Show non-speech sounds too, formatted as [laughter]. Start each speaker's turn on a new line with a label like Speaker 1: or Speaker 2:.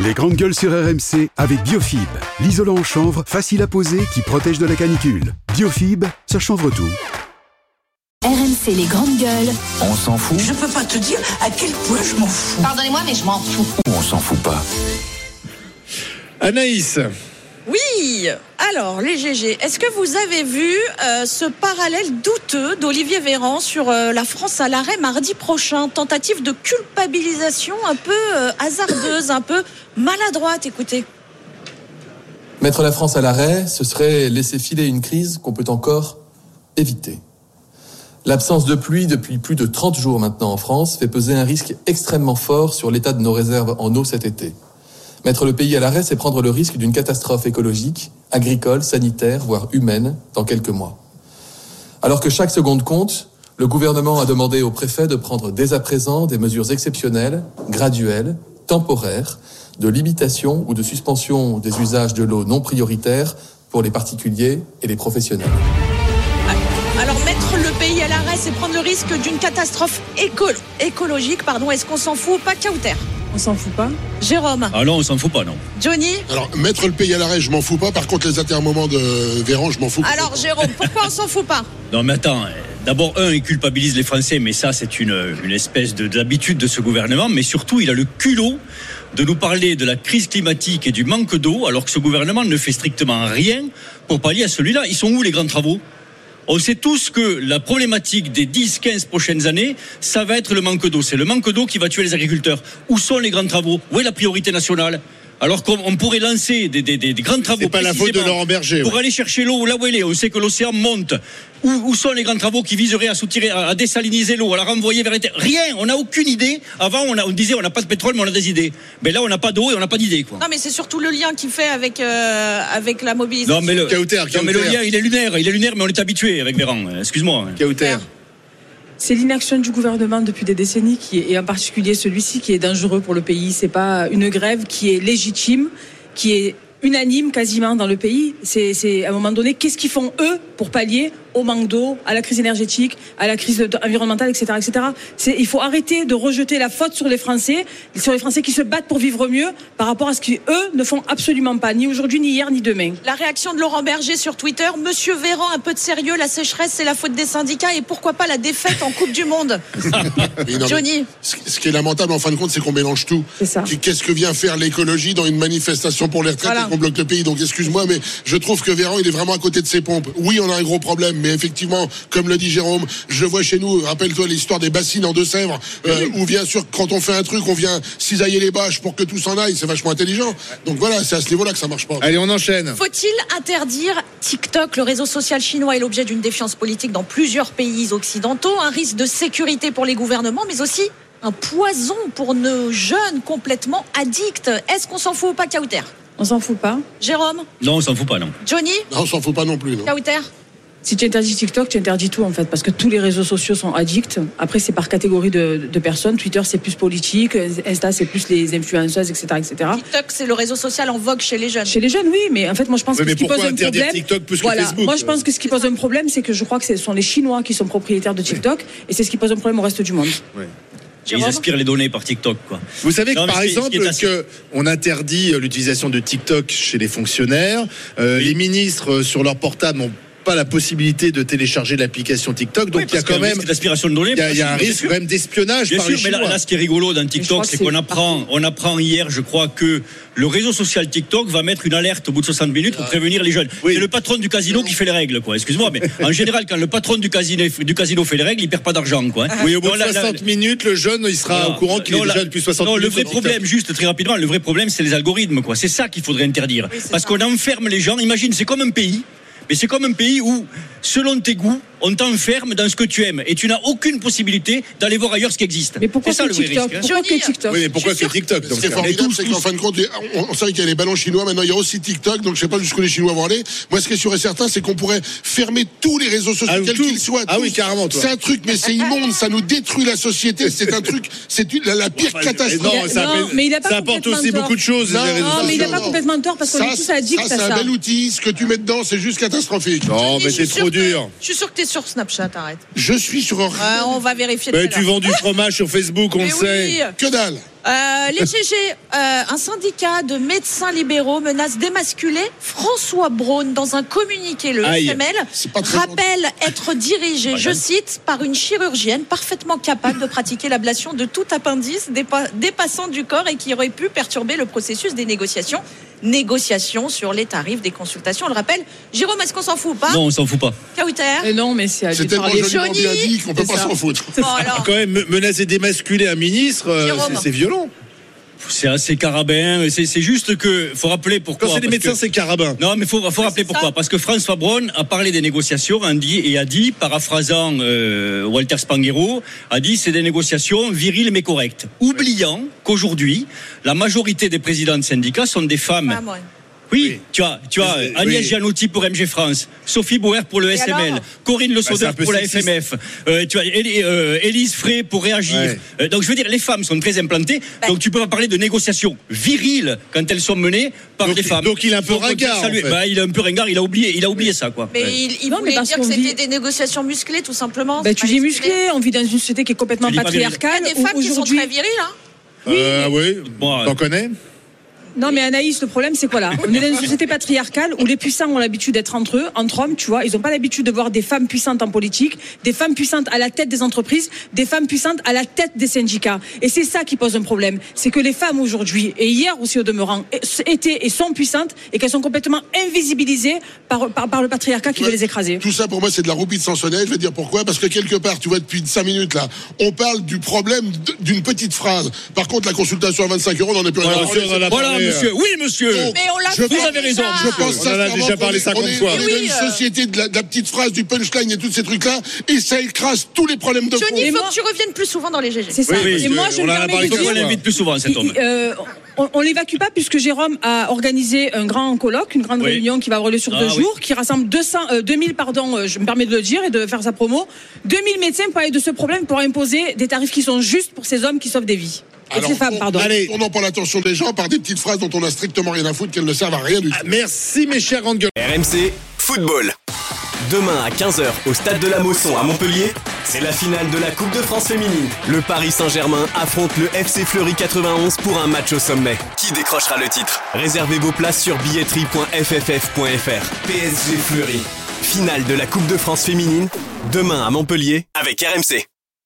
Speaker 1: Les grandes gueules sur RMC avec Biofib, l'isolant en chanvre facile à poser qui protège de la canicule. Biofib, ça chanvre tout.
Speaker 2: RMC les grandes gueules.
Speaker 3: On s'en fout
Speaker 4: Je peux pas te dire à quel point je m'en fous.
Speaker 5: Pardonnez-moi, mais je m'en fous.
Speaker 3: ou on s'en fout pas
Speaker 6: Anaïs,
Speaker 7: Oui Alors, les GG, est-ce que vous avez vu euh, ce parallèle douteux d'Olivier Véran sur euh, la France à l'arrêt mardi prochain Tentative de culpabilisation un peu euh, hasardeuse, un peu maladroite, écoutez.
Speaker 8: Mettre la France à l'arrêt, ce serait laisser filer une crise qu'on peut encore éviter. L'absence de pluie depuis plus de 30 jours maintenant en France fait peser un risque extrêmement fort sur l'état de nos réserves en eau cet été. Mettre le pays à l'arrêt, c'est prendre le risque d'une catastrophe écologique, agricole, sanitaire, voire humaine, dans quelques mois. Alors que chaque seconde compte, le gouvernement a demandé au préfet de prendre dès à présent des mesures exceptionnelles, graduelles, temporaires, de limitation ou de suspension des usages de l'eau non prioritaires pour les particuliers et les professionnels.
Speaker 7: Alors, mettre le pays à l'arrêt, c'est prendre le risque d'une catastrophe éco- écologique, pardon. Est-ce qu'on s'en fout ou pas, Kauter
Speaker 9: On s'en fout pas
Speaker 7: Jérôme,
Speaker 10: Ah non, on s'en fout pas, non.
Speaker 7: Johnny
Speaker 11: Alors, mettre le pays à l'arrêt, je m'en fous pas. Par contre, les atermoiements de Véran, je m'en fous.
Speaker 7: Alors, Jérôme, pourquoi on s'en fout pas
Speaker 10: Non, mais attends. euh, D'abord, un, il culpabilise les Français, mais ça, c'est une, euh, une espèce de- d'habitude de, ce gouvernement. Mais surtout, il a le culot de nous parler de la crise climatique et du manque d'eau, alors que ce gouvernement ne fait strictement rien pour pallier à celui-là. Ils sont où les grands travaux on sait tous que la problématique des 10-15 prochaines années, ça va être le manque d'eau. C'est le manque d'eau qui va tuer les agriculteurs. Où sont les grands travaux Où est la priorité nationale Alors qu'on on pourrait lancer des, des- des- des grands travaux.
Speaker 11: C'est pas la faute de
Speaker 10: précisément
Speaker 11: Laurent Berger.
Speaker 10: Pour
Speaker 11: ouais.
Speaker 10: aller chercher l'eau là où elle est, on sait que l'océan monte. Où, où sont les grands travaux qui viseraient à soutirer, à à désaliniser l'eau, à la renvoyer vers les terres Rien, on n'a aucune idée. Avant, on, a- on disait on n'a pas de pétrole, mais on a des idées. Mais là, on n'a pas d'eau et on n'a pas d'idée. quoi.
Speaker 7: Non, mais c'est surtout le lien qu'il fait avec, euh, avec la mobilisation.
Speaker 10: mais le,
Speaker 11: Cauter,
Speaker 10: non, mais le
Speaker 11: Cauter.
Speaker 10: lien, il est lunaire, il est lunaire, mais on est habitué avec Véran. Euh, Excuse-moi.
Speaker 6: Kauter,
Speaker 9: C'est l'inaction du gouvernement depuis des décennies, qui est- et en particulier celui-ci, qui est dangereux pour le pays. C'est pas une grève qui est légitime, qui est unanime quasiment dans le pays. C'est c'est, à un moment donné, qu'est-ce qu'ils font eux pour pallier au manque d'eau, à la crise énergétique, à la crise de- environnementale, etc., etc. C'est- Il faut arrêter de rejeter la faute sur les Français, sur les Français qui se battent pour vivre mieux, par rapport à ce qu'eux ne font absolument pas, ni aujourd'hui, ni hier, ni demain.
Speaker 7: La réaction de Laurent Berger sur Twitter, Monsieur Véran, un peu de sérieux, la sécheresse c'est la faute des syndicats et pourquoi pas la défaite en Coupe du Monde
Speaker 6: [laughs]
Speaker 11: Mais non, mais
Speaker 7: Johnny.
Speaker 11: Ce ce qui est lamentable, en fin de compte, c'est qu'on mélange tout.
Speaker 9: C'est ça.
Speaker 11: Qui- Qu'est-ce que vient faire l'écologie dans une manifestation pour les retraites
Speaker 7: Voilà.
Speaker 11: et qu'on bloque le pays Donc, excuse-moi, mais je trouve que Véran, il est vraiment à côté de ses pompes. Oui, on a un gros problème, mais effectivement, comme le dit Jérôme, je vois chez nous, rappelle-toi l'histoire des bassines en Deux-Sèvres, euh, où bien sûr, quand on fait un truc, on vient cisailler les bâches pour que tout s'en aille. C'est vachement intelligent. Donc voilà, c'est à ce niveau-là que ça marche pas.
Speaker 6: allez, on enchaîne.
Speaker 7: Faut-il interdire TikTok Le réseau social chinois est l'objet d'une défiance politique dans plusieurs pays occidentaux, un risque de sécurité pour les gouvernements, mais aussi un poison pour nos jeunes complètement addicts. Est-ce qu'on s'en fout ou pas, Kauter
Speaker 9: On s'en fout pas.
Speaker 7: Jérôme
Speaker 10: Non, on s'en fout pas, non.
Speaker 7: Johnny
Speaker 11: Non, on s'en fout pas non plus. Non.
Speaker 7: Kauter
Speaker 9: Si tu interdis TikTok, tu interdis tout en fait, parce que tous les réseaux sociaux sont addicts. Après, c'est par catégorie de, de personnes. Twitter, c'est plus politique. Insta, c'est plus les influenceuses, etc., etc.
Speaker 7: TikTok, c'est le réseau social en vogue chez les jeunes.
Speaker 9: Chez les jeunes, oui, mais en fait, moi, je pense
Speaker 6: Oui,
Speaker 9: que
Speaker 6: mais
Speaker 9: ce qui
Speaker 6: pourquoi
Speaker 9: pose un
Speaker 6: interdire
Speaker 9: problème.
Speaker 6: TikTok plus que
Speaker 9: voilà.
Speaker 6: Facebook euh,
Speaker 9: Moi, je pense que ce qui pose un problème, c'est que je crois que ce sont les Chinois qui sont propriétaires de TikTok, et c'est ce qui pose un problème au reste du monde.
Speaker 10: Et ils
Speaker 7: Jérôme
Speaker 10: aspirent les données par TikTok, quoi.
Speaker 6: Vous savez que
Speaker 10: Non, mais
Speaker 6: par
Speaker 10: ce qui- ce qui
Speaker 6: exemple
Speaker 10: est assez-
Speaker 6: que on interdit euh, l'utilisation de TikTok chez les fonctionnaires, Euh, les ministres euh, sur leur portable n'ont pas la possibilité de télécharger l'application TikTok, donc
Speaker 10: Oui,
Speaker 6: il y a
Speaker 10: parce qu'il
Speaker 6: quand même
Speaker 10: risque d'aspiration de données. bah,
Speaker 6: il y a, il y a un
Speaker 10: bien
Speaker 6: risque
Speaker 10: sûr.
Speaker 6: quand même d'espionnage
Speaker 10: Bien
Speaker 6: par
Speaker 10: sûr,
Speaker 6: les
Speaker 10: mais là,
Speaker 6: Chinois.
Speaker 10: là, ce qui est rigolo dans
Speaker 9: je crois
Speaker 10: TikTok,
Speaker 9: que
Speaker 10: c'est
Speaker 9: c'est
Speaker 10: qu'on apprend, on apprend hier, je crois, que le réseau social TikTok va mettre une alerte au bout de 60 minutes
Speaker 9: Ah.
Speaker 10: pour prévenir les jeunes.
Speaker 6: Oui.
Speaker 10: C'est le patron du casino qui fait les règles, quoi. Excuse-moi, mais en général, quand le patron du casino, du casino fait les règles, il perd pas d'argent, quoi. hein.
Speaker 6: Ah. Oui, au bout
Speaker 10: Non,
Speaker 6: de
Speaker 10: là, là,
Speaker 6: 60 minutes, le jeune, il sera
Speaker 10: Voilà.
Speaker 6: au courant qu'il est
Speaker 10: Ah, Non, la-
Speaker 6: déjà depuis 60
Speaker 10: non,
Speaker 6: minutes.
Speaker 10: le vrai
Speaker 6: sur TikTok.
Speaker 10: problème, juste très rapidement, le vrai problème, c'est les algorithmes, quoi. C'est ça qu'il faudrait interdire. Parce qu'on enferme les gens. Imagine, c'est comme un pays. Mais c'est comme un pays où, selon tes goûts, on t'enferme dans ce que tu aimes et tu n'as aucune possibilité d'aller voir ailleurs ce qui existe.
Speaker 9: Mais pourquoi
Speaker 10: c'est ça
Speaker 9: que
Speaker 10: le vrai
Speaker 9: TikTok
Speaker 10: risque. hein.
Speaker 9: Pourquoi
Speaker 7: Johnny,
Speaker 9: que TikTok
Speaker 6: Oui, mais pourquoi
Speaker 7: Je suis
Speaker 6: c'est TikTok
Speaker 11: Ce
Speaker 6: donc,
Speaker 11: qui est
Speaker 6: euh,
Speaker 11: formidable,
Speaker 10: tous,
Speaker 11: c'est qu'en fin de compte, les- on, on savait qu'il y a les ballons chinois, maintenant il y a aussi TikTok, donc je sais pas jusqu'où les Chinois vont aller. Moi, ce qui est sûr et certain, c'est qu'on pourrait fermer tous les réseaux sociaux,
Speaker 6: Ah oui,
Speaker 11: quels
Speaker 6: tout.
Speaker 11: qu'ils soient.
Speaker 6: Ah
Speaker 11: tous.
Speaker 6: oui, carrément, toi.
Speaker 11: C'est un truc, mais c'est immonde, ça nous détruit la société. C'est un truc, c'est une- la, la pire
Speaker 6: enfin,
Speaker 11: catastrophe.
Speaker 6: non, ça,
Speaker 9: Non,
Speaker 6: fait-
Speaker 9: mais il a pas
Speaker 6: ça apporte
Speaker 9: complètement
Speaker 6: aussi
Speaker 9: tort.
Speaker 6: beaucoup de choses.
Speaker 11: Non,
Speaker 6: les réseaux
Speaker 9: Non, mais il
Speaker 6: sociaux.
Speaker 9: n'a pas complètement tort parce qu'on est tous addicts
Speaker 11: ça,
Speaker 9: à
Speaker 11: c'est
Speaker 9: ça.
Speaker 11: un bel outil. Ce que tu mets dedans, c'est juste catastrophique.
Speaker 6: Non, Oh, mais
Speaker 7: Je suis
Speaker 6: c'est
Speaker 7: sûre
Speaker 6: trop
Speaker 7: que-
Speaker 6: dur.
Speaker 7: Je suis sûr que tu es sur Snapchat, arrête.
Speaker 11: Je suis sur un
Speaker 7: Ouais, Euh, on va vérifier.
Speaker 6: Ben,
Speaker 7: tout à
Speaker 6: tu
Speaker 7: l'heure.
Speaker 6: vends du fromage sur Facebook, on
Speaker 7: Mais
Speaker 6: le sait.
Speaker 7: oui.
Speaker 11: que dalle.
Speaker 9: Bah,
Speaker 7: Euh, les GG, euh, un syndicat de médecins libéraux menace d'émasculer François Braun dans un communiqué. Le
Speaker 6: Aïe,
Speaker 7: SML
Speaker 11: c'est pas très
Speaker 7: rappelle être dirigé, je cite, par une chirurgienne parfaitement capable de pratiquer l'ablation de tout appendice dépa- dépassant du corps et qui aurait pu perturber le processus des négociations. Négociations sur les tarifs des consultations. On le rappelle, Jérôme, est-ce qu'on s'en fout ou
Speaker 9: hein.
Speaker 7: pas
Speaker 10: Non, on s'en fout pas.
Speaker 7: Kauter
Speaker 9: Et Euh, non, mais c'est à
Speaker 11: C'est tellement
Speaker 9: parler.
Speaker 11: joliment bien
Speaker 7: Johnny,
Speaker 11: dit qu'on peut
Speaker 9: Eh, c'est
Speaker 11: pas
Speaker 9: ça.
Speaker 11: s'en foutre.
Speaker 7: Bon, alors.
Speaker 6: Ah, Quand même, me- menacer d'émasculer un ministre, euh,
Speaker 7: Jérôme.
Speaker 6: c'est- c'est violent.
Speaker 10: C'est assez carabin. C'est c'est juste que faut rappeler pourquoi.
Speaker 6: Quand c'est des
Speaker 10: parce
Speaker 6: médecins,
Speaker 10: que-
Speaker 6: c'est carabin.
Speaker 10: Non, mais faut, faut rappeler
Speaker 7: c'est
Speaker 10: pourquoi.
Speaker 7: ça.
Speaker 10: Parce que François Braun a parlé des négociations a dit, et a dit, paraphrasant euh, Walter Spanghero, a dit c'est des négociations viriles mais correctes. Oubliant qu'aujourd'hui, la majorité des présidents de syndicats sont des femmes.
Speaker 7: Ah, bon.
Speaker 10: Oui,
Speaker 6: Oui.
Speaker 10: tu as, tu as
Speaker 6: Oui.
Speaker 10: Agnès Gianotti pour MG France, Sophie Bauer pour le
Speaker 7: Et
Speaker 10: SML,
Speaker 7: alors
Speaker 10: Corinne Le Sauveur
Speaker 6: Bah, un peu
Speaker 10: pour la
Speaker 6: sexiste.
Speaker 10: FMF, euh, tu as Éli- euh, Élise Frey pour réagir.
Speaker 6: Ouais.
Speaker 10: Euh, donc je veux dire, les femmes sont très implantées,
Speaker 7: Bah.
Speaker 10: donc tu peux pas parler de négociations viriles quand elles sont menées par
Speaker 6: Donc-
Speaker 10: des femmes.
Speaker 6: donc il est un peu
Speaker 10: on peut
Speaker 6: ringard,
Speaker 10: le saluer.
Speaker 6: en fait.
Speaker 10: Bah, il est un peu ringard, il a oublié, il a oublié ça quoi.
Speaker 7: Mais
Speaker 10: Ouais.
Speaker 7: il, il
Speaker 9: Non, mais
Speaker 7: voulait
Speaker 9: parce
Speaker 7: dire que
Speaker 9: qu'on
Speaker 7: c'était
Speaker 9: vit-
Speaker 7: des négociations musclées, tout simplement.
Speaker 9: Ben,
Speaker 7: c'est
Speaker 9: tu
Speaker 7: pas
Speaker 9: dis
Speaker 7: musclé.
Speaker 9: musclé, on vit dans une société qui est complètement
Speaker 10: Tu dis pas vérité.
Speaker 9: patriarcale.
Speaker 7: Il y a des
Speaker 9: où
Speaker 7: femmes qui sont
Speaker 9: aujourd'hui-
Speaker 7: très viriles. Hein.
Speaker 6: Euh, oui,
Speaker 10: Bon,
Speaker 6: t'en connais
Speaker 9: Non mais Anaïs, le problème c'est quoi là On est dans une société patriarcale où les puissants ont l'habitude d'être entre eux, entre hommes, tu vois. Ils n'ont pas l'habitude de voir des femmes puissantes en politique, des femmes puissantes à la tête des entreprises, des femmes puissantes à la tête des syndicats. Et c'est ça qui pose un problème. C'est que les femmes aujourd'hui, et hier aussi au demeurant, étaient et sont puissantes et qu'elles sont complètement invisibilisées par, par, par le patriarcat qui veut les écraser.
Speaker 11: Tout ça pour moi c'est de la roupie de Sansonnet. Je vais te dire pourquoi. Parce que quelque part, tu vois, depuis 5 minutes là, on parle du problème d- d'une petite phrase. Par contre, la consultation à 25 euros, on n'en est plus rien à
Speaker 6: Voilà,
Speaker 11: parler.
Speaker 6: on en a
Speaker 10: voilà
Speaker 6: parlé, euh.
Speaker 10: monsieur, oui monsieur.
Speaker 11: Oh.
Speaker 7: Mais on l'a
Speaker 11: Je
Speaker 7: fait.
Speaker 11: pense-
Speaker 10: vous avez raison,
Speaker 7: déjà.
Speaker 11: Je pense
Speaker 6: On en a
Speaker 11: sincèrement
Speaker 6: déjà parlé
Speaker 11: qu'on est-
Speaker 6: 50
Speaker 11: on est-
Speaker 6: fois.
Speaker 11: On est
Speaker 7: Oui,
Speaker 11: dans une
Speaker 7: euh.
Speaker 11: société de la, de la petite phrase, du punchline et tous ces trucs-là, et ça écrase tous les problèmes de fond.
Speaker 7: Johnny, il faut
Speaker 9: moi-
Speaker 7: que tu reviennes plus souvent dans les GG.
Speaker 9: C'est ça.
Speaker 6: Oui, oui,
Speaker 9: et moi, je
Speaker 6: on
Speaker 9: me
Speaker 6: en a
Speaker 9: permets
Speaker 6: parlé
Speaker 10: Il
Speaker 9: de
Speaker 10: faut
Speaker 6: tout
Speaker 9: dire,
Speaker 10: qu'on l'invite plus souvent cet homme.
Speaker 9: Il- il- euh, on, on l'évacue pas puisque Jérôme a organisé un grand colloque, une grande
Speaker 10: Oui.
Speaker 9: réunion qui va avoir lieu sur
Speaker 10: Ah
Speaker 9: deux
Speaker 10: oui.
Speaker 9: jours, qui rassemble 200, euh, 2000, pardon, euh, je me permets de le dire et de faire sa promo, 2000 médecins pour parler de ce problème pour imposer des tarifs qui sont justes pour ces hommes qui sauvent des vies. Et
Speaker 11: Alors,
Speaker 9: ces femmes,
Speaker 11: on-
Speaker 9: pardon.
Speaker 11: Allez. Tournons pour l'attention des gens par des petites phrases dont on a strictement rien à foutre, qu'elles ne servent à rien du tout.
Speaker 6: Merci mes chers grandes gueules.
Speaker 3: RMC Football. Demain à 15h au stade de la Mosson à Montpellier, c'est la finale de la Coupe de France féminine. Le Paris Saint-Germain affronte le FC Fleury 91 pour un match au sommet. Qui décrochera le titre Réservez vos places sur billetterie.fff.fr. PSG Fleury. Finale de la Coupe de France féminine, demain à Montpellier avec RMC.